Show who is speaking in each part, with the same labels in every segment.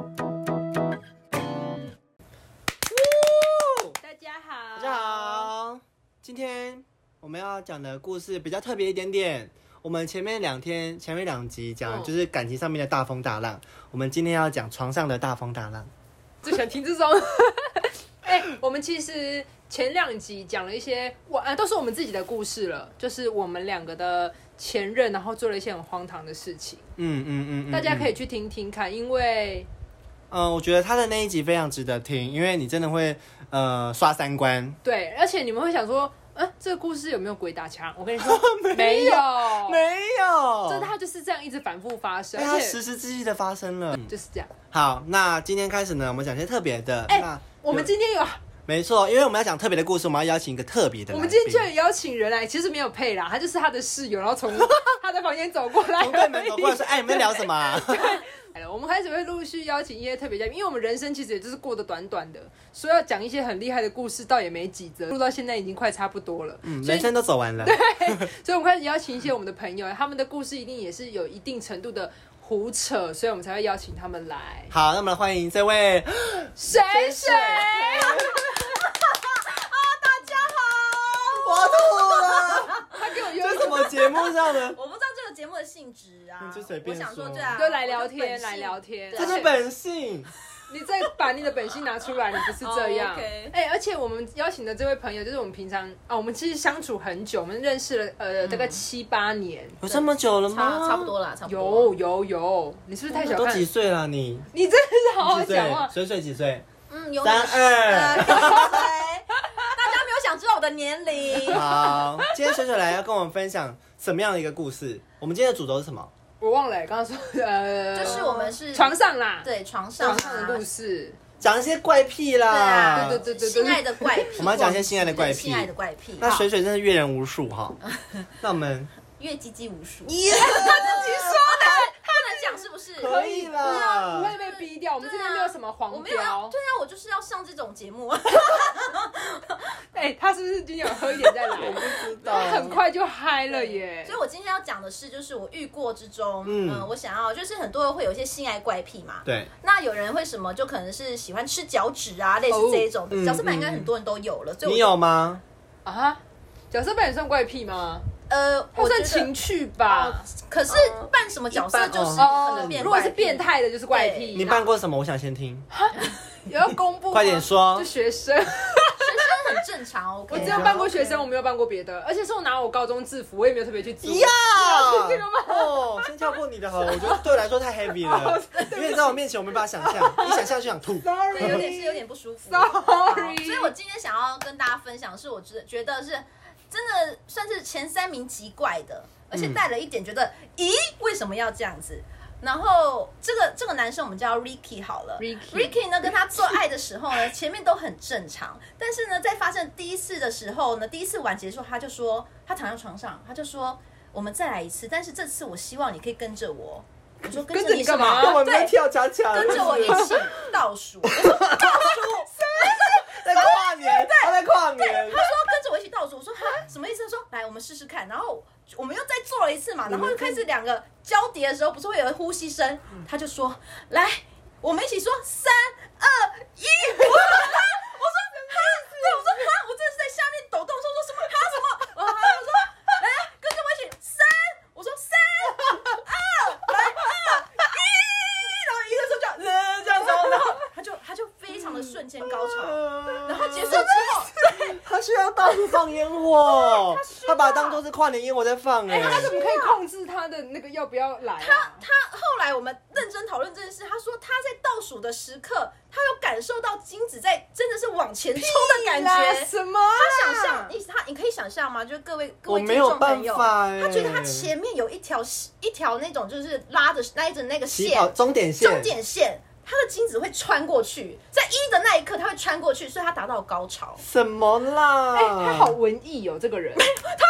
Speaker 1: 们要讲的故事比较特别一点点。我们前面两天、前面两集讲
Speaker 2: 嗯
Speaker 1: 就是感情上面的大风大浪，我们今天要讲床上的大风大浪。
Speaker 2: 最喜欢听这种。 哎、我们其实前两集讲了一些我啊，都是我们自己的故事了，就是我们两个的前任，然后做了一些很荒唐的事情，
Speaker 1: 嗯嗯嗯嗯，
Speaker 2: 大家
Speaker 1: 嗯
Speaker 2: 可以去听听看，因为
Speaker 1: 嗯，我觉得他的那一集非常值得听，因为你真的会呃刷三观。
Speaker 2: 对，而且你们会想说，嗯、这个故事有没有鬼打墙？我跟你 说，没有，
Speaker 1: 没有，
Speaker 2: 这它就是这样一直反复发生，
Speaker 1: 哎，
Speaker 2: 而
Speaker 1: 它
Speaker 2: 且
Speaker 1: 实实际际的发生了。
Speaker 2: 就是这样。
Speaker 1: 好，那今天开始呢，我们讲些特别的。
Speaker 2: 哎
Speaker 1: 那
Speaker 2: 我们
Speaker 1: 有
Speaker 2: 今天有，
Speaker 1: 没错，因为我们要讲特别的故事，我们要邀请一个特别的 来
Speaker 2: 我
Speaker 1: 宾。
Speaker 2: 们今天居然邀请人来，其实没有配啦，他就是他的室友，然后 从他的房间走过来而已，
Speaker 1: 从对门走过来 说：“哎，你们在聊什么啊、
Speaker 2: 来了，我们开始会陆续邀请一些特别嘉宾，因为我们人生其实也就是过得短短的，所以要讲一些很厉害的故事，倒也没几则，录到现在已经快差不多了。
Speaker 1: 嗯，
Speaker 2: 所以
Speaker 1: 人生都走完了。
Speaker 2: 所以我们开始邀请一些我们的朋友，他们的故事一定也是有一定程度的胡扯，所以我们才会邀请他们来。
Speaker 1: 好，那我们来欢迎这位，
Speaker 2: 谁谁？
Speaker 1: 我吐了，
Speaker 2: 他给我
Speaker 1: 这是
Speaker 2: 约
Speaker 1: 什么节目 上的？
Speaker 3: 我不知道这个节目的性质啊，
Speaker 1: 你就随便
Speaker 3: 我想
Speaker 1: 说
Speaker 3: 说，对啊，
Speaker 2: 就来聊
Speaker 3: 我的本
Speaker 2: 天，
Speaker 3: 性
Speaker 2: 来聊天。
Speaker 3: 对
Speaker 1: 这是本性。
Speaker 2: 你再把你的本性拿出来，你不是这样。
Speaker 3: 哦，OK
Speaker 2: 哎、而且我们邀请的这位朋友，就是我们平常啊、我们其实相处很久，我们认识了
Speaker 1: 嗯
Speaker 2: 呃大概七八年。
Speaker 1: 有这么久了
Speaker 3: 差
Speaker 1: 吗？
Speaker 3: 差不多啦，差不多。
Speaker 2: 有有有，你是不是太小
Speaker 1: 都
Speaker 2: 看？
Speaker 1: 几岁了你？
Speaker 2: 你真的是好好
Speaker 1: 几
Speaker 2: 讲话
Speaker 1: 岁？。水水几岁？
Speaker 3: 嗯，有
Speaker 1: 三
Speaker 3: 呃
Speaker 1: 二。
Speaker 3: 跟谁大家没有想知道我的年龄，
Speaker 1: 好，今天水水来要跟我们分享什么样的一个故事？我们今天的主轴是什么？
Speaker 2: 我忘了、刚刚说呃，
Speaker 3: 就是我们是
Speaker 2: 床上啦，，
Speaker 3: 对床上
Speaker 2: 床上的故
Speaker 3: 事，
Speaker 2: 事。
Speaker 1: 讲一些怪癖啦。
Speaker 3: 对啊，
Speaker 2: 对对对对对
Speaker 3: 性爱的怪癖，
Speaker 1: 我们要讲一些性爱的怪癖
Speaker 3: 对性爱的怪癖，
Speaker 1: 那水水真是阅人无 数哈。那我们
Speaker 3: 越唧唧无数，
Speaker 1: 耶，
Speaker 3: 己说的，不能讲是不是？
Speaker 1: 可以啦
Speaker 2: 不啊会被逼掉。我们这边没有什么
Speaker 3: 我
Speaker 2: 黄
Speaker 3: 没有要，
Speaker 2: 标
Speaker 3: 对。啊，我就是要上这种节目，
Speaker 2: 哎、他是不是今天有喝一点再 来？
Speaker 1: 知
Speaker 2: 他很快就嗨了耶
Speaker 3: 所！以，我今天要讲的是，就是我遇过之中，
Speaker 1: 嗯
Speaker 3: 嗯、我想要就是很多人会有一些性爱怪癖嘛。
Speaker 1: 对，
Speaker 3: 那有人会什么，就可能是喜欢吃脚趾啊，类似
Speaker 2: 哦
Speaker 3: 这一种
Speaker 1: 嗯
Speaker 3: 的。角色版应该很多人都有了，所以我
Speaker 1: 你？有吗？
Speaker 2: 啊，角色扮演算怪癖吗？
Speaker 3: 呃，
Speaker 2: 它
Speaker 3: 我觉
Speaker 2: 算
Speaker 3: 得
Speaker 2: 情趣吧。
Speaker 3: 可是扮什么角色就是可
Speaker 2: 哦
Speaker 3: 能变，
Speaker 2: 如果是变
Speaker 3: 态，
Speaker 2: 态的，就是怪癖。
Speaker 1: 你扮过什么？我想先听。
Speaker 2: 有要公布吗？
Speaker 1: 快点说
Speaker 2: 啊就学生，
Speaker 3: 啊学生很正常。OK，
Speaker 2: 我只有扮过学生，我没有扮过别的。而且是我拿我高中制服，我也没有特别去制服。
Speaker 1: 呀
Speaker 2: 这个吗
Speaker 1: 哦，先跳过你的好了，我觉得对我来说太 heavy
Speaker 3: 哦
Speaker 1: 了，因为你在我面前我没办法想象，一想象就想吐。
Speaker 2: Sorry，
Speaker 3: 对有点是有点不舒服。
Speaker 2: Sorry
Speaker 3: 好所以我今天想要跟大家分享，是我觉得觉得是真的算是前三名奇怪的，而
Speaker 2: 嗯
Speaker 3: 且带了一点觉得，咦，为什么要这样子？然后这个这个男生我们叫 Ricky 好了
Speaker 2: Ricky
Speaker 3: 呢跟他做爱的时候呢，前面都很正常，但是呢，在发生第一次的时候呢，第一次晚结束，他就说他躺在床上，他就说我们再来一次，但是这次我希望你可以跟着我。我说跟
Speaker 2: 跟
Speaker 3: 着
Speaker 2: 着
Speaker 3: 你
Speaker 2: 你
Speaker 3: 什
Speaker 2: 干嘛
Speaker 3: 么？
Speaker 2: 啊
Speaker 1: 我们
Speaker 3: 对，
Speaker 1: 跳恰恰，
Speaker 3: 跟着我一起倒 数。
Speaker 1: 在跨年，他在跨年
Speaker 3: 他。说跟着我一起倒数，我说哈什么意思？他说来我们试试看，然后我们又再做了一次嘛，然后又开始两个交叠的时候，不是会有呼吸声？他就说来我们一起说三二一，我说哈，我说哈，对，我说哈，我真的是在下面抖动，说说什么哈什么，我我说来跟着我一起三，我说三二来二一，然后一个时候就这样子哦，然后他就他就非常的瞬间高潮，然后结束之后。
Speaker 1: 呃他需要到处放烟火，他把它当做是跨年烟火在放哎、
Speaker 2: 他怎么可以控制他的那个要不要来、啊？
Speaker 3: 他后来我们认真讨论这件事，他说他在倒数的时刻，他有感受到精子在真的是往前冲的感
Speaker 2: 啦
Speaker 3: 觉。
Speaker 2: 什么啊？
Speaker 3: 他想象，你他你可以想象吗？就是各位各
Speaker 1: 我
Speaker 3: 位
Speaker 1: 没
Speaker 3: 听
Speaker 1: 有
Speaker 3: 众
Speaker 1: 办
Speaker 3: 朋友，
Speaker 1: 法哎、
Speaker 3: 他觉得他前面有一条一条那种就是拉着拉着那个
Speaker 1: 起
Speaker 3: 线
Speaker 1: 跑，终点线，
Speaker 3: 终点线，他的精子会穿过去，在一的那一刻他会穿过去，所以他达到高潮。
Speaker 1: 什么啦？
Speaker 2: 哎、他好文艺哦，这个人。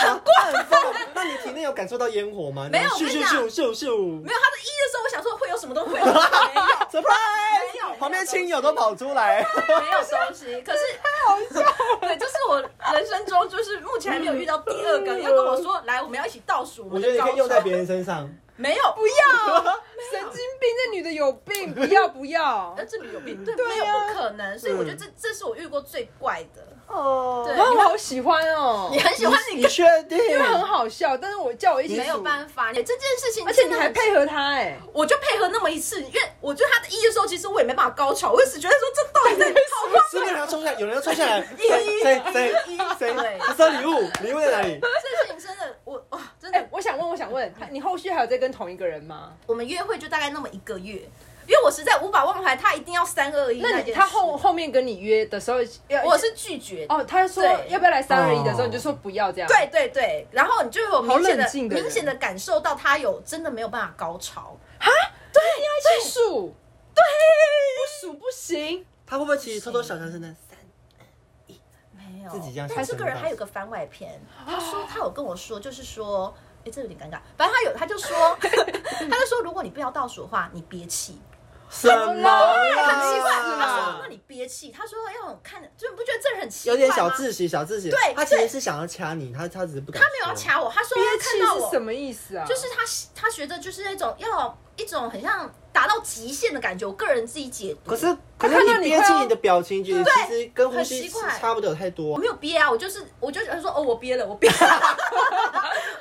Speaker 1: 很惯风。 那你体内有感受到烟火吗？
Speaker 3: 没有
Speaker 1: 咻咻咻咻咻
Speaker 3: 没有他的一的时候，我想说会有什么东西，会有什么没有。没有没
Speaker 1: ，surprise！
Speaker 3: 有
Speaker 1: 旁边亲友都跑出来。
Speaker 3: 没有东西，可是 太好笑。 对，这是我人生中就是目前还没有遇到第二个要跟我说，来，我们要一起倒数我
Speaker 1: 我
Speaker 3: 们
Speaker 1: 觉得
Speaker 3: 的
Speaker 1: 你
Speaker 3: 高
Speaker 1: 可以用在
Speaker 3: 潮。
Speaker 1: 别人身上。
Speaker 3: 没有，不
Speaker 2: 要，神经病，这女的有病，不要不 要
Speaker 3: 要，。这里有病，对，
Speaker 1: 对啊
Speaker 3: 没有不可能。所以我觉得
Speaker 1: 嗯
Speaker 3: 这这是我遇过最怪的。
Speaker 1: 哦
Speaker 3: 对
Speaker 2: 然后我好喜欢哦
Speaker 3: 你，很喜欢你
Speaker 1: 你确定？
Speaker 2: 因为很好笑，但是我叫我一起
Speaker 3: 没有
Speaker 2: 数
Speaker 3: 办法，哎这件事情，
Speaker 2: 而且你还配
Speaker 3: 合，
Speaker 2: 合他哎、
Speaker 3: 我就配合那么一次，因为我觉得他的一的时候，其实我也没办法高潮，我只觉得说这到底在跑吗？
Speaker 1: 是不是有人要冲下来？有人要冲下来？谁谁谁谁？
Speaker 3: 对
Speaker 1: 他收礼物，礼物在哪里？
Speaker 3: 这件事情真的，我哇，真
Speaker 2: 哎、
Speaker 3: 的，
Speaker 2: 我想问，我想问，你后续还有在跟同一个人吗？
Speaker 3: 我们约会就大概那么一个月，因为我实在无法忘怀他一定要三二一
Speaker 2: 那
Speaker 3: 件
Speaker 2: 你
Speaker 3: 事。
Speaker 2: 他后后面跟你约的时候，要
Speaker 3: 我是拒绝的。
Speaker 2: 哦，他说
Speaker 3: 对
Speaker 2: 要不要来三二一的时候，
Speaker 1: 哦
Speaker 2: 你就说不要这样。
Speaker 3: 对对对，然后你就有明
Speaker 2: 好
Speaker 3: 显
Speaker 2: 冷
Speaker 3: 的
Speaker 2: 静的人
Speaker 3: 明显的感受到他有真的没有办法高潮，
Speaker 2: 要一起数，对，不数不行。
Speaker 1: 他会不会其实偷偷小声声的三？
Speaker 3: 没有
Speaker 1: 自己这样
Speaker 3: 但
Speaker 1: 想
Speaker 3: 这个人
Speaker 1: 怎么办
Speaker 3: 还有个番外篇，他说他有跟我说，就是说，哎，这有点尴尬，反正他有他就说， 他就说如果你不要倒数的话，你憋气。
Speaker 1: 什么
Speaker 2: 很奇怪是
Speaker 3: 他说
Speaker 2: 吧
Speaker 1: 啦
Speaker 3: 那？你憋气，他说要很看，就你不觉得这人很奇怪
Speaker 1: 有点小
Speaker 3: 吗
Speaker 1: 窒息，小窒息。
Speaker 3: 对
Speaker 1: 他其实
Speaker 3: 对
Speaker 1: 是想要掐你，他他只是不敢
Speaker 3: 他
Speaker 1: 说。
Speaker 3: 没有要掐我，他说
Speaker 2: 憋
Speaker 3: 他啊看到
Speaker 2: 气是
Speaker 3: 我
Speaker 2: 什么意思啊？
Speaker 3: 就是他他学的就是那种要一种很像达到极限的感觉，我个人自己解读。
Speaker 1: 可是
Speaker 2: 他
Speaker 1: 可
Speaker 2: 看到
Speaker 1: 是
Speaker 2: 你
Speaker 1: 你憋气，
Speaker 2: 快要
Speaker 1: 你的表情其实
Speaker 3: 对
Speaker 1: 其实跟呼吸
Speaker 3: 很奇怪
Speaker 1: 差不了太多
Speaker 3: 我
Speaker 1: 啊。
Speaker 3: 没有憋啊，我就是我就想说哦，我憋了， 我憋了，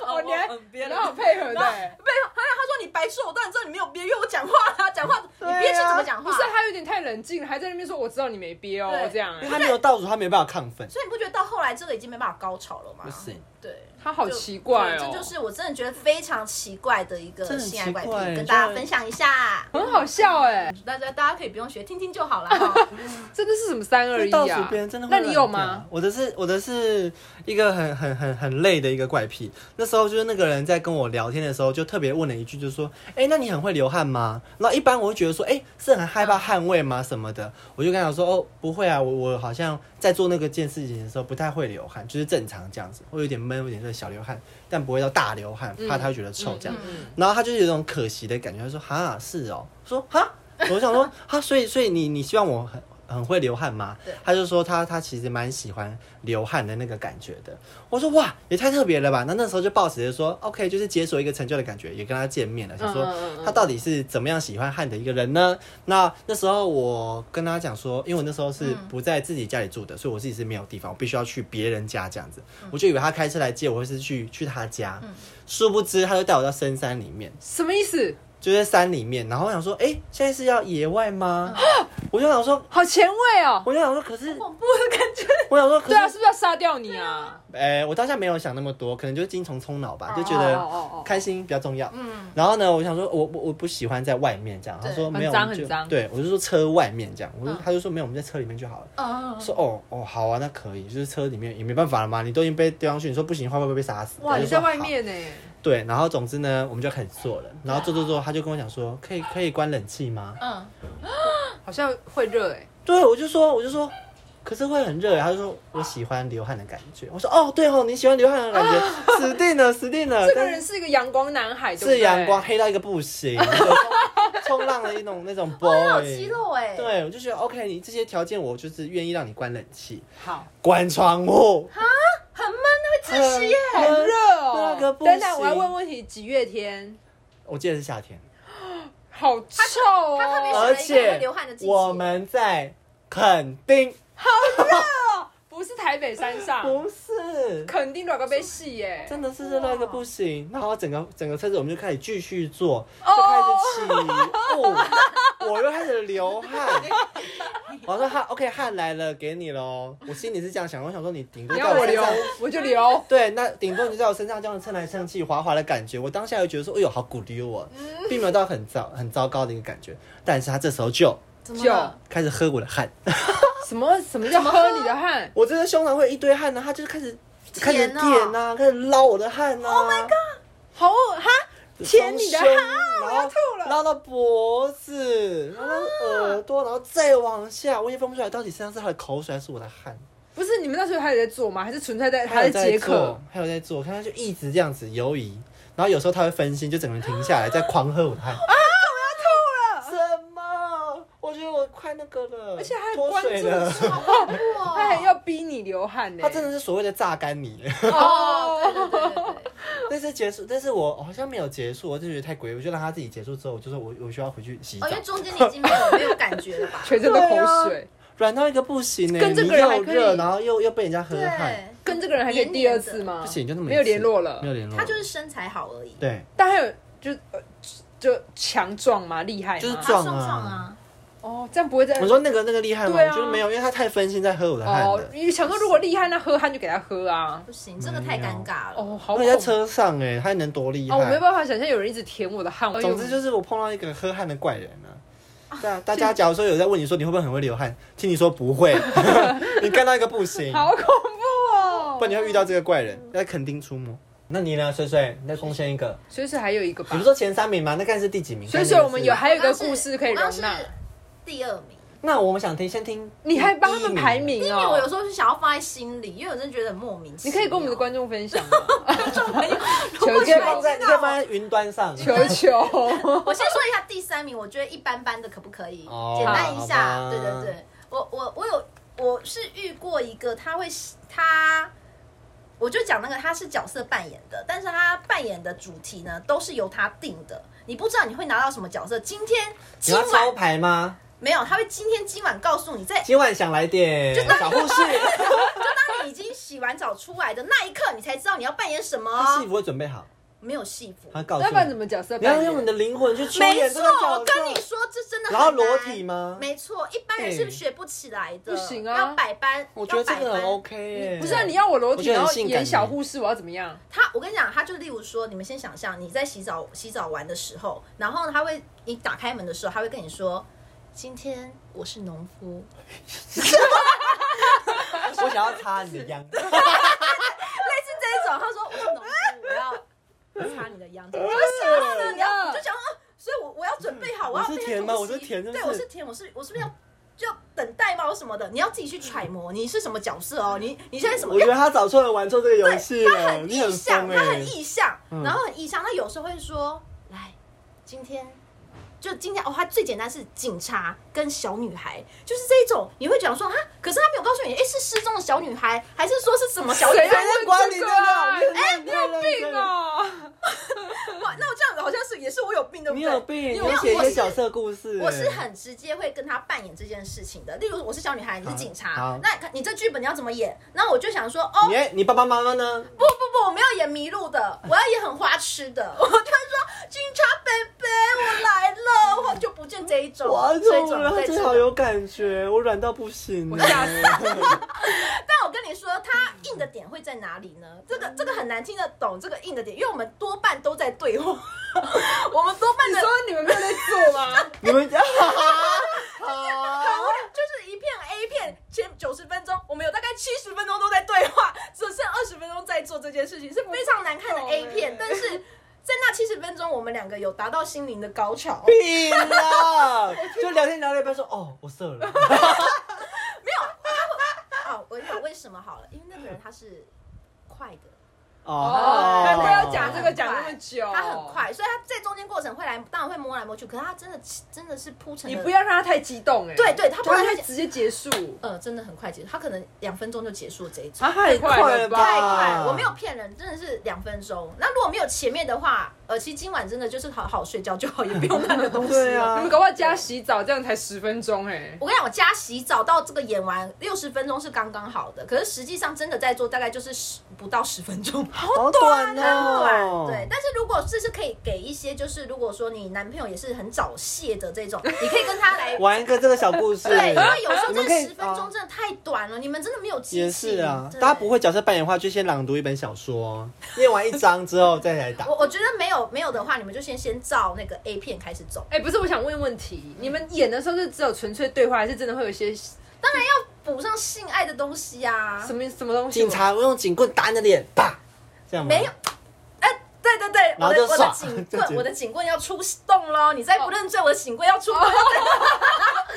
Speaker 2: 哦，你还
Speaker 3: 我嗯憋了
Speaker 2: 然后配合的欸，
Speaker 3: 没有。他他说你白痴，我当然知道你没有憋，因为我讲话啦，讲话你
Speaker 1: 对啊
Speaker 3: 憋气怎么讲
Speaker 2: 不
Speaker 3: 话？
Speaker 2: 是他有点太冷静了，还在那边说我知道你没憋哦
Speaker 3: 对
Speaker 2: 这样
Speaker 1: 因为
Speaker 2: 欸，
Speaker 1: 他没有倒数，他没办法亢奋。
Speaker 3: 所以你不觉得到后来这个已经没办法高潮了吗？
Speaker 1: 不行，
Speaker 3: 对。
Speaker 2: 他好奇怪
Speaker 3: 对
Speaker 2: 哦，
Speaker 3: 这就是我真的觉得非常奇怪的一个
Speaker 1: 真的很
Speaker 3: 性爱怪癖
Speaker 1: 奇怪，
Speaker 3: 跟大家分享一下。
Speaker 2: 很好笑哎，
Speaker 3: 大家大家可以不用学，听听就好 了哈。
Speaker 2: 真的是什么三二一
Speaker 1: 倒数
Speaker 2: 啊
Speaker 1: 别人真的？会
Speaker 2: 那
Speaker 1: 乱
Speaker 2: 你有
Speaker 1: 掉
Speaker 2: 吗？？
Speaker 1: 我的是我的是一个很很很很累的一个怪癖。那时候就是那个人在跟我聊天的时候，就特别问了一句，就说：“哎、那你很会流汗吗？”那一般我会觉得说：“哎、是很害怕汗味吗？什么的？”我就跟他讲说：“哦，不会啊，我我好像在做那个件事情的时候不太会流汗，就是正常这样子，会有点闷，有点热，小流汗，但不会到大流汗，
Speaker 2: 嗯
Speaker 1: 怕他会觉得臭这样。然后他就是有种可惜的感觉，他说：“哈，是哦。”我说：“哈。”我想说：“ 哈，所以所以你你希望我很很会流汗吗？”他就说他他其实蛮喜欢流汗的那个感觉的。我说：“哇，也太特别了吧！”那那时候就抱持着说：“OK，就是解锁一个成就的感觉，也跟他见面了，想说
Speaker 2: 嗯嗯嗯嗯
Speaker 1: 他到底是怎么样喜欢汗的一个人呢？”那那时候我跟他讲说，因为我那时候是不在自己家里住的，所以我自己是没有地方，我必须要去别人家这样子。我就以为他开车来接我，或是去去他家，殊不知他就带我到深山里面。
Speaker 2: 什么意思？
Speaker 1: 就在山里面，然后我想说，哎、现在是要野外吗？我就想说，
Speaker 2: 好前卫哦，
Speaker 1: 我就想说，可是
Speaker 3: 恐怖的感觉，
Speaker 1: 我想说，可
Speaker 2: 对啊，是不
Speaker 1: 是，
Speaker 2: 是要杀掉你啊？
Speaker 1: 哎、我当下没有想那么多，可能就是精虫充脑吧，就觉
Speaker 2: 哦哦哦
Speaker 1: 得
Speaker 2: 哦
Speaker 1: 开心比较重要。
Speaker 3: 嗯，
Speaker 1: 然后呢，我想说，我我我不喜欢在外面这样。他说
Speaker 2: 很
Speaker 1: 没有，
Speaker 2: 脏
Speaker 1: 我们就
Speaker 2: 很脏
Speaker 1: 对我就说车外面这样，我就、
Speaker 3: 嗯
Speaker 1: 他就说没有，我们在车里面就好了。
Speaker 3: 嗯
Speaker 1: 我说哦哦好啊，那可以，就是车里面也没办法了嘛，你都已经被丢上去，你说不行的话会不会被杀死？
Speaker 2: 哇，
Speaker 1: 他就
Speaker 2: 你
Speaker 1: 说
Speaker 2: 在外
Speaker 1: 好
Speaker 2: 面呢，欸
Speaker 1: 对，然后总之呢，我们就开始做了，然后做做做，他就跟我讲说，可以可以关冷气吗？
Speaker 3: 嗯，
Speaker 2: 好像会热哎，
Speaker 1: 对，我就说，我就说，可是会很热耶。他就说我喜欢流汗的感觉。我说哦，对哦，你喜欢流汗的感觉，死定了，死定了。
Speaker 2: 这个
Speaker 1: 但
Speaker 2: 人是一个阳光男孩，对不
Speaker 1: 呃是
Speaker 2: 对
Speaker 1: 阳光，黑到一个不 行，有冲冲浪的一种那种 boy，、
Speaker 2: 哦
Speaker 3: 很有肌肉
Speaker 2: 欸
Speaker 3: 哎，
Speaker 1: 对，我就觉得 OK，你这些条件我就是愿意让你关冷气、
Speaker 2: 好。
Speaker 1: 关窗户，
Speaker 3: 很闷，那会窒息耶。
Speaker 1: 很
Speaker 2: 很热
Speaker 1: 那
Speaker 2: 哦。
Speaker 1: 个不行
Speaker 2: 等等，我要问问题，几月天？
Speaker 1: 我记得是夏天，
Speaker 2: 好臭哦！
Speaker 3: 他特别
Speaker 2: 呃
Speaker 1: 而
Speaker 3: 选了一个会
Speaker 1: 且
Speaker 3: 流汗的季节
Speaker 1: 我们在垦丁，
Speaker 2: 不是台北山上，
Speaker 1: 不是。
Speaker 2: 肯定软膏被戏耶。
Speaker 1: 真的是热到一个不行，然后整个整个车子我们就开始继续做，
Speaker 2: 哦
Speaker 1: 就开始起 雾，我又开始流汗。我说汗，OK，汗来了，给你喽。我心里是这样想，我想说你顶多
Speaker 2: 你
Speaker 1: 在
Speaker 2: 要我
Speaker 1: 身
Speaker 2: 留
Speaker 1: 上，，
Speaker 2: 我就留。
Speaker 1: 对，那顶多你就在我身上这样蹭来蹭去，滑滑的感觉。我当下又觉得说，哎呦，好鼓溜哦，并没有到很糟很糟糕的一个感觉。但是他这时候就
Speaker 3: 怎
Speaker 2: 么了
Speaker 1: 开始喝我的汗，
Speaker 2: 什么什么叫喝你的汗？
Speaker 1: 我真的胸膛会有一堆汗啊呢、他就开始开始
Speaker 3: 舔哦
Speaker 1: 舔呐、开始捞我的汗呐、Oh my god！
Speaker 2: 好恶哈，舔你的汗，
Speaker 1: 啊我要吐了，拉到脖子，然后耳朵，然后再往下，我也分不出来到底身上是他的口水还是我的汗。
Speaker 2: 不是你们那时候还有在做吗？还是存在在还
Speaker 1: 有
Speaker 2: 在
Speaker 1: 在
Speaker 2: 解
Speaker 1: 做
Speaker 2: 渴？，
Speaker 1: 还有在做，看他就一直这样子游移，然后有时候他会分心，就整个人停下来，在狂喝我的汗。啊！我要吐了！什么？我觉得我快那个了，
Speaker 2: 而且还
Speaker 1: 脱
Speaker 2: 关
Speaker 1: 水
Speaker 2: 注
Speaker 1: 了。
Speaker 2: 说，他还要逼你流汗呢。
Speaker 1: 他真的是所谓的榨干你。
Speaker 3: 哦，对
Speaker 2: 哦，
Speaker 3: 对对对对，
Speaker 1: 但是结束，但是我好像没有结束，我就觉得太诡异，我就让他
Speaker 3: 哦
Speaker 1: 自己结束之后，我就说我我需要回去洗 澡
Speaker 3: 哦，因。为中间你已经没有没有感觉了吧？
Speaker 1: 啊
Speaker 2: 全身都口水。
Speaker 1: 软到一个不行呢、欸
Speaker 2: 跟这个
Speaker 1: 你
Speaker 2: 人还
Speaker 1: 又
Speaker 2: 可以
Speaker 1: 热，然后又又被人家喝汗，
Speaker 3: 对，
Speaker 2: 跟这个人还可以第二次吗？
Speaker 1: 不行就那么一
Speaker 2: 没有
Speaker 1: 次
Speaker 2: 联络了
Speaker 1: 没。有联络，
Speaker 3: 他就是身材好而已，啊
Speaker 1: 对，
Speaker 2: 但还有就呃就强壮嘛，厉害吗
Speaker 1: 就是
Speaker 3: 他
Speaker 1: 壮啊
Speaker 3: 送上啊，
Speaker 2: 哦，这样不会再
Speaker 1: 我说那个那个厉害吗？
Speaker 2: 对啊
Speaker 1: 就是没有，因为他太分心在喝我的汗
Speaker 2: 哦
Speaker 1: 了。，
Speaker 2: 你想说如果厉害，那喝汗就给他喝啊。
Speaker 3: 不行，这个太尴尬了。
Speaker 2: 哦，好
Speaker 1: 而
Speaker 2: 恐
Speaker 1: 且在
Speaker 2: 怖
Speaker 1: 车上哎、他能多厉害？
Speaker 2: 哦，我没办法想象有人一直舔我的汗。
Speaker 1: 总之
Speaker 2: 是
Speaker 1: 就是我碰到一个喝汗的怪人啊。对啊，大家假如说有在问你说你会不会很会流汗，听你说 不会，你干到一个不行，
Speaker 2: 好恐怖
Speaker 1: 不
Speaker 2: 哦。
Speaker 1: 然你会遇到这个怪人，在垦丁出没。那你呢，水水？你再贡献一个，
Speaker 2: 水水还有一个吧
Speaker 1: 你不是，说前三名吗？那看是第几名？
Speaker 2: 水水我们有
Speaker 1: 看
Speaker 2: 还有一个故事可以
Speaker 3: 我刚
Speaker 2: 容
Speaker 3: 是
Speaker 2: 纳，
Speaker 3: 第二名，
Speaker 1: 那个是。那我们想听，先听
Speaker 2: 你还帮他们排
Speaker 1: 第一。
Speaker 2: 名
Speaker 3: 因为我有
Speaker 2: 哦。
Speaker 3: 时候是想要放在心里，因为我真的觉得很莫名其
Speaker 2: 你
Speaker 3: 妙。
Speaker 2: 可以跟我们的观众分享吗？
Speaker 3: 如果
Speaker 2: 求
Speaker 1: 你可以
Speaker 2: 救
Speaker 1: 放在，你可以放在云端上。
Speaker 2: 球球，
Speaker 3: 我先说一下第三名，我觉得一般般的可不可以？
Speaker 1: 哦
Speaker 3: 简单一
Speaker 1: 好
Speaker 3: 下，
Speaker 1: 吧
Speaker 3: 对对对，我我我有我是遇过一个，他会他，我就讲那个他是角色扮演的，但是他扮演的主题呢都是由他定的，你不知道你会拿到什么角色。今天
Speaker 1: 你
Speaker 3: 今
Speaker 2: 啊
Speaker 1: 要
Speaker 3: 晚
Speaker 1: 招牌吗？
Speaker 3: 没有，他会今天今晚告诉你，在
Speaker 1: 今晚想来点小护 士，
Speaker 2: 啊
Speaker 3: 就当你已经洗完澡出来的那一刻，你才知道你要扮演什么
Speaker 1: 他
Speaker 3: 哦
Speaker 1: 戏。不会准备好，
Speaker 3: 没有戏服，
Speaker 1: 他告诉
Speaker 2: 要不然怎
Speaker 1: 你，
Speaker 2: 么角色
Speaker 1: 你要
Speaker 2: 扮
Speaker 1: 用你
Speaker 2: 演？
Speaker 1: 的灵魂去出
Speaker 3: 没
Speaker 1: 演这
Speaker 3: 错
Speaker 1: 个角，色。
Speaker 3: 我跟你说，这真的很
Speaker 1: 然后
Speaker 3: 难
Speaker 1: 裸体吗
Speaker 3: 没错，一般人
Speaker 1: 哎
Speaker 3: 是学不起来的，
Speaker 2: 不行啊
Speaker 3: 要百般，
Speaker 1: 我觉得这个
Speaker 3: 要百
Speaker 1: 很哦
Speaker 3: 般
Speaker 1: OK 耶
Speaker 2: 不是啊，你要我裸
Speaker 1: 我
Speaker 2: 体，
Speaker 1: 觉得
Speaker 2: 然
Speaker 1: 很
Speaker 2: 后
Speaker 1: 性感
Speaker 2: 演小
Speaker 1: 耶
Speaker 2: 护士，我要怎么样？
Speaker 3: 他，我跟你讲，他就例如说，你们先想象你在洗澡洗澡完的时候，然后他会，你打开门的时候，他会跟你说：“今天我是农夫。
Speaker 1: 我想要擦你的秧，”
Speaker 3: 类似这一种，他说：“我是农夫，我要擦你的秧。”我说：“你要，你就想啊，所以我我要准备好，要
Speaker 1: 我是
Speaker 3: 被
Speaker 1: 甜吗
Speaker 3: 东西
Speaker 1: 我是甜真
Speaker 3: 对，
Speaker 1: 是
Speaker 3: 我是甜，我是我是不是要？”就等待吗？或什么的，你要自己去揣摩你是什么角色哦。你你现在什么
Speaker 1: 我觉得他找错人玩错这个游戏了，你
Speaker 3: 意
Speaker 1: 很
Speaker 3: 向，
Speaker 1: 疯
Speaker 3: 他
Speaker 1: 哎
Speaker 3: 很。意向，
Speaker 1: 嗯
Speaker 3: 然后很意向。他有时候会说：“来，今天就今天哦。”他最简单是警察跟小女孩，就是这一种，你会讲说啊，可是他没有告诉你，哎，是失踪的小女孩，还是说是什么小女
Speaker 2: 谁
Speaker 3: 孩？
Speaker 2: 在
Speaker 1: 管
Speaker 2: 管
Speaker 1: 你
Speaker 2: 你
Speaker 1: 这
Speaker 2: 这
Speaker 1: 个
Speaker 2: 个
Speaker 1: 啊
Speaker 2: 啊
Speaker 1: 哎你有病
Speaker 2: 病哦！
Speaker 3: 哇那我这样子好像是也是我有病，对不
Speaker 1: 你
Speaker 3: 对？
Speaker 1: 有病，你
Speaker 3: 因为
Speaker 1: 有写一
Speaker 3: 我
Speaker 1: 些
Speaker 3: 是
Speaker 1: 角色故事欸。
Speaker 3: 我是很直接会跟他扮演这件事情的，例如我是小女孩，你是警
Speaker 1: 好
Speaker 3: 察，那你这剧本你要怎么演？那我就想说，哦，
Speaker 1: 你哎你爸爸妈妈呢？
Speaker 3: 不不不，我没有演迷路的， 我要演很花痴的。 我就会说警察贝贝，我来了，我好久不见这一种，
Speaker 1: 我
Speaker 3: 这一
Speaker 1: 中
Speaker 3: 种
Speaker 1: 了，
Speaker 3: 对
Speaker 1: 他
Speaker 3: 这
Speaker 1: 真
Speaker 3: 种
Speaker 1: 的好有感觉，我软到不行欸。
Speaker 2: 我吓死
Speaker 3: 但我跟你说，他硬的点会在哪里呢？这个这个很难听得懂，这个硬的点，因为我们多半都在对话， 我们多半
Speaker 2: 你
Speaker 3: 的
Speaker 2: 说你们没有在做吗？
Speaker 1: 你们
Speaker 3: 好就是一片 A 片，前九十分钟，我们有大概七十分钟都在对话，只剩二十分钟在做这件事情，是非常难看的 A 片。但是在那七十分钟，我们两个有达到心灵的高 潮。
Speaker 1: 病了，就聊天聊了一半说哦，我射了。
Speaker 3: 哦，我讲为什么好了，因为那个人他是快的，
Speaker 2: 哦，难怪要讲这个
Speaker 3: 哦
Speaker 2: 讲那么久，
Speaker 3: 他很，快，所以他在中间过程会来，当然会摸来摸去，可是他真的真的是铺陈
Speaker 2: 你
Speaker 3: 的，
Speaker 2: 不要让他太激动哎。
Speaker 3: 对对他
Speaker 2: 不
Speaker 3: 不然
Speaker 2: 然
Speaker 3: 他
Speaker 2: 他直接结束，
Speaker 3: 呃，真的很快结束，他可能两分钟就结束这一组。
Speaker 2: 他太快了
Speaker 1: 太
Speaker 3: 太
Speaker 1: 了吧
Speaker 2: 吧？
Speaker 3: 快，我没有骗人，真的是两分钟。那如果没有前面的话，呃，其实今晚真的就是好好睡觉就好，也不用那个东西了。
Speaker 1: 对啊
Speaker 2: 你们搞不好加洗澡这样才十分钟哎。
Speaker 3: 我跟你讲，我加洗澡到这个演完六十分钟是刚刚好的，可是实际上真的在做大概就是十不到十分钟，
Speaker 1: 好短哦。
Speaker 3: 很短，对，但是如果这是可以给一些，就是如果说你男朋友也是很早泄的这种，你可以跟他来
Speaker 1: 玩一个这个小故事。
Speaker 3: 对，因为有时候
Speaker 1: 你们
Speaker 3: 这
Speaker 1: 可以
Speaker 3: 十分钟真的太短了，你们真的没有激情。
Speaker 1: 也是啊，
Speaker 3: 对
Speaker 1: 大家不。会角色扮演的话，就先朗读一本小说，念完一章之后再来打
Speaker 3: 我。我觉得没有没有的话，你们就先先照那个 A 片开始走。
Speaker 2: 哎，不是，我想问问题，你们演的时候是只有纯粹对话，还是真的会有一些什
Speaker 3: 当然要补上性爱的东西啊。
Speaker 2: 么什么东西？
Speaker 1: 警察我用警棍打你的脸，啪，这样吗？
Speaker 3: 没有，哎、对对对，
Speaker 1: 然后
Speaker 3: 我
Speaker 1: 就
Speaker 3: 的我
Speaker 1: 爽
Speaker 3: 的警
Speaker 1: 就觉得
Speaker 3: 棍，我的警棍要出动喽！你再不认罪，我的警棍要出动。啊啊！跟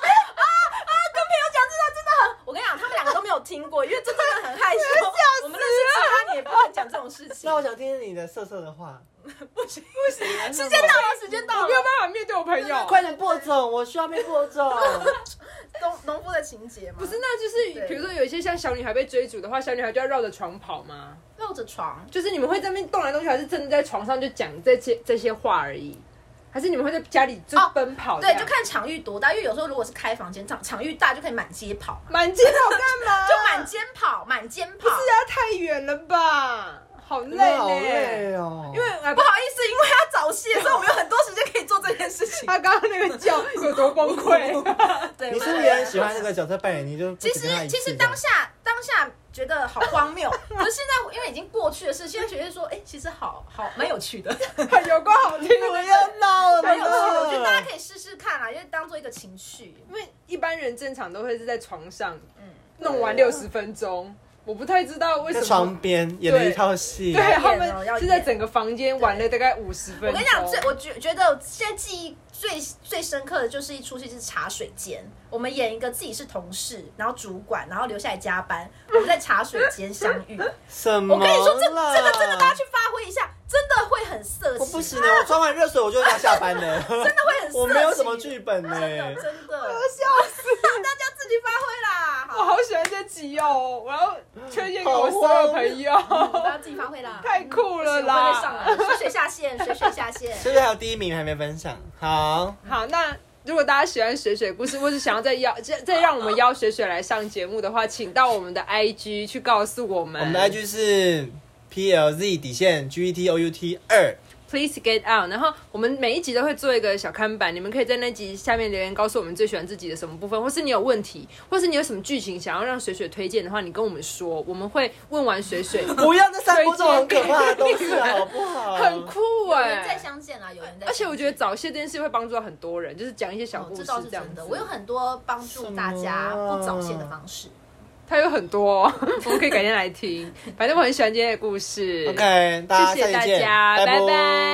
Speaker 3: 朋友讲这种真的很，我跟你讲，他们两个都没有听过，因为这真的很害羞。我们认识其他，你也不能讲这种事情
Speaker 1: 那。我想听听你的色色的话，
Speaker 3: 不行不行，
Speaker 1: 时
Speaker 3: 时间到了，时间到
Speaker 2: 我没有
Speaker 3: 了。
Speaker 2: 办法面对我朋友，
Speaker 1: 快点播种，我需要被播种。
Speaker 3: 农农夫的情节吗？
Speaker 2: 不是，那就是
Speaker 3: 对
Speaker 2: 比如说有一些像小女孩被追逐的话，小女孩就要绕着床跑吗？
Speaker 3: 绕着床。
Speaker 2: 就是你们会在那边动来动去，还是真的在床上就讲这些这些话而已？还是你们会在家里就
Speaker 3: 哦
Speaker 2: 奔跑这
Speaker 3: 对，
Speaker 2: 样？
Speaker 3: 就看场域多大，因为有时候如果是开房间，场场域大就可以满街 跑，
Speaker 2: 满街跑干嘛？
Speaker 3: 就满街跑，满街跑。
Speaker 2: 不是啊，太远了吧？好累
Speaker 1: 真
Speaker 2: 呢
Speaker 1: 的好累哦。
Speaker 2: 因为 啊
Speaker 3: 不好意思，因为他早泄，所以我们有很多时间可以做这件事情。
Speaker 2: 他刚刚那个叫 有多崩溃？
Speaker 3: 对，
Speaker 1: 你是不是也很喜欢那个角色扮演？你就
Speaker 3: 其实其实当
Speaker 1: 时
Speaker 3: 下当下觉得好荒 谬，可是现在因为已经过去的事，现在觉得说，哎、其实好好蛮有趣 的，
Speaker 2: 有够好听
Speaker 1: 不
Speaker 2: 的，
Speaker 1: 要闹了，
Speaker 3: 蛮有趣的。我觉得大家
Speaker 1: 家
Speaker 3: 可以试试看啊啦，因为当做一个情绪。
Speaker 2: 因为一般人正常都会是在床上
Speaker 3: 嗯，
Speaker 2: 弄完六十分钟，我不太知道为什
Speaker 1: 在
Speaker 2: 么
Speaker 1: 床边演了一套戏，
Speaker 2: 对
Speaker 3: 要
Speaker 2: 他
Speaker 3: 演哦要
Speaker 2: 们
Speaker 3: 演
Speaker 2: 是在整个房间玩了大概五十分钟。
Speaker 3: 我跟你讲，最我觉觉得现在记忆最最深刻的就是一出戏是茶水间，我们演一个自己是同事，然后主管，然后留下来加班，我们在茶水间相遇。
Speaker 1: 什么
Speaker 3: 我
Speaker 1: 啦？
Speaker 3: 跟你说，这这个真的大家去发挥一下，真的会很色情，
Speaker 1: 我不行了，我装完热水我就要下班了，
Speaker 3: 真的会很色情。
Speaker 1: 我没有什么剧本呢。
Speaker 3: 真的真的，
Speaker 2: 笑死，
Speaker 3: 大家自己发挥啦，
Speaker 2: 我好喜欢这集哦！我要推荐给我所有朋
Speaker 3: 大
Speaker 2: 友，
Speaker 3: 家自己发挥啦。
Speaker 2: 哦太酷了
Speaker 3: 不行我
Speaker 2: 啦！
Speaker 3: 会被上来，水水下线，水水 下线。
Speaker 1: 就是还有第一名还没分享，好，
Speaker 2: 好，那如果大家喜欢水水故事， 或是想要再邀再再让我们邀水水来上节目的话，请到我们的 IG 去告诉我们。
Speaker 1: 我们的 IG 是 PLZ 底线 GETOUT 二，
Speaker 2: Please get out。然后我们每一集都会做一个小看板，你们可以在那集下面留言，告诉我们最喜欢自己的什么部分，或是你有问题，或是你有什么剧情想要让水水推荐的话，你跟我们说，我们会问完水 水。
Speaker 1: 不要那散播这种很可怕的东西了，好不好？
Speaker 2: 很酷
Speaker 3: 有
Speaker 2: 哎、
Speaker 3: 人在相见啦，有人在相见。
Speaker 2: 而且我觉得早泄这件事会帮助到很多人，就是讲一些小
Speaker 3: 哦
Speaker 2: 故
Speaker 3: 这
Speaker 2: 事
Speaker 3: 倒是
Speaker 2: 这样
Speaker 3: 真
Speaker 2: 子。
Speaker 3: 的，我有很多帮助大家
Speaker 1: 什么啊
Speaker 3: 不早泄的方式。
Speaker 2: 它有很多、哦， 我们可以改天来听。反正我很喜欢今天的故事。
Speaker 1: OK，大家
Speaker 2: 谢谢
Speaker 1: 下
Speaker 2: 大
Speaker 1: 期见，
Speaker 2: 家，拜
Speaker 1: 拜
Speaker 2: 拜。